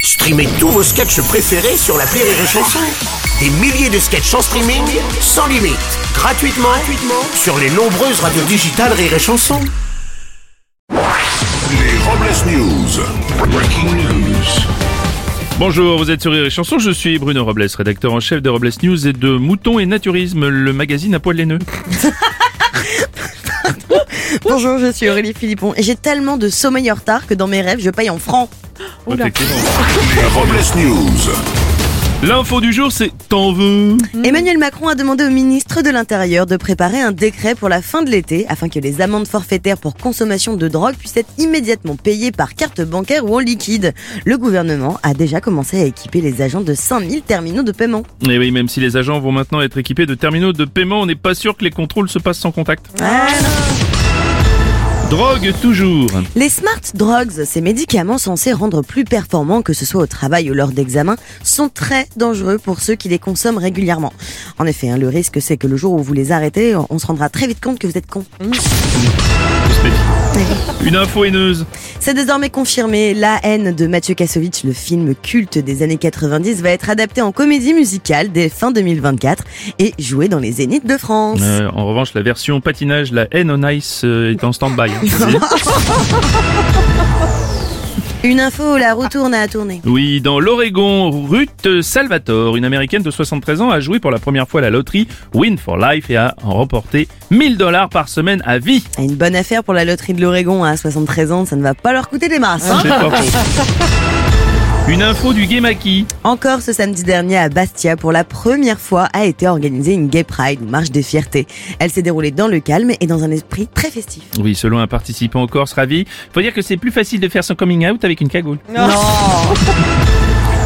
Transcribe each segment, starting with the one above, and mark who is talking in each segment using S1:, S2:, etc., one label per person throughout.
S1: Streamez tous vos sketchs préférés sur la Rire et Chanson. Des milliers de sketchs en streaming, sans limite, gratuitement, gratuitement sur les nombreuses radios digitales Rire et Chanson.
S2: Les Robles News. Breaking news.
S3: Bonjour, vous êtes sur Rire et Chanson, je suis Bruno Robles, rédacteur en chef de Robles News et de Mouton et Naturisme, le magazine à poil les nœuds.
S4: Bonjour, je suis Aurélie Philippon et j'ai tellement de sommeil en retard que dans mes rêves, je paye en francs.
S3: Effectivement.
S2: Les Robles News.
S3: L'info du jour, c'est t'en veux
S4: Emmanuel Macron a demandé au ministre de l'Intérieur de préparer un décret pour la fin de l'été afin que les amendes forfaitaires pour consommation de drogue puissent être immédiatement payées par carte bancaire ou en liquide. Le gouvernement a déjà commencé à équiper les agents de 5000 terminaux de paiement.
S3: Et Eh oui, même si les agents vont maintenant être équipés de terminaux de paiement, on n'est pas sûr que les contrôles se passent sans contact. Drogue toujours
S4: Les smart drugs, ces médicaments censés rendre plus performants que ce soit au travail ou lors d'examen, sont très dangereux pour ceux qui les consomment régulièrement. En effet, hein, le risque c'est que le jour où vous les arrêtez, on se rendra très vite compte que vous êtes con.
S3: Une info haineuse
S4: C'est désormais confirmé, La haine de Mathieu Kassovitch, le film culte des années 90, va être adapté en comédie musicale dès fin 2024 et joué dans les Zéniths de France.
S3: Euh, En revanche, la version patinage, la haine on ice, euh, est en stand-by. hein.
S4: Une info, la retourne à tourner.
S3: Oui, dans l'Oregon, Ruth Salvatore, une américaine de 73 ans, a joué pour la première fois à la loterie Win for Life et a en remporté 1000 dollars par semaine à vie.
S4: Une bonne affaire pour la loterie de l'Oregon hein. à 73 ans, ça ne va pas leur coûter des masses. hein.
S3: C'est pas faux. Une info du Gemaki.
S4: Encore ce samedi dernier à Bastia, pour la première fois a été organisée une Gay Pride, ou marche des fiertés. Elle s'est déroulée dans le calme et dans un esprit très festif.
S3: Oui, selon un participant corse ravi, faut dire que c'est plus facile de faire son coming out avec une cagoule.
S4: Non.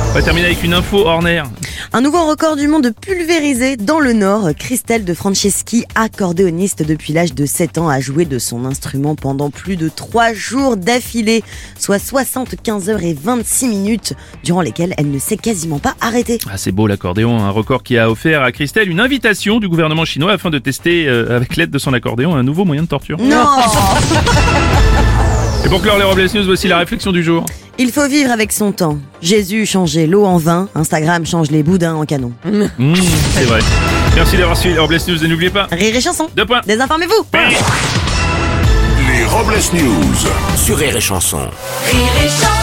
S3: On va terminer avec une info hors nerf.
S4: Un nouveau record du monde pulvérisé dans le Nord. Christelle de Franceschi, accordéoniste depuis l'âge de 7 ans, a joué de son instrument pendant plus de 3 jours d'affilée, soit 75 heures et 26 minutes, durant lesquelles elle ne s'est quasiment pas arrêtée.
S3: Ah, c'est beau l'accordéon, un record qui a offert à Christelle une invitation du gouvernement chinois afin de tester, euh, avec l'aide de son accordéon, un nouveau moyen de torture.
S4: Non
S3: Et pour clore les Robles News, voici la réflexion du jour.
S4: Il faut vivre avec son temps. Jésus changeait l'eau en vin, Instagram change les boudins en canon.
S3: Mmh, c'est vrai. Merci d'avoir suivi les Robles News et n'oubliez pas,
S4: Rire et chanson.
S3: deux points.
S4: Désinformez-vous
S2: Les Robles News.
S1: Sur Rire et Chanson.
S5: Rire et chanson.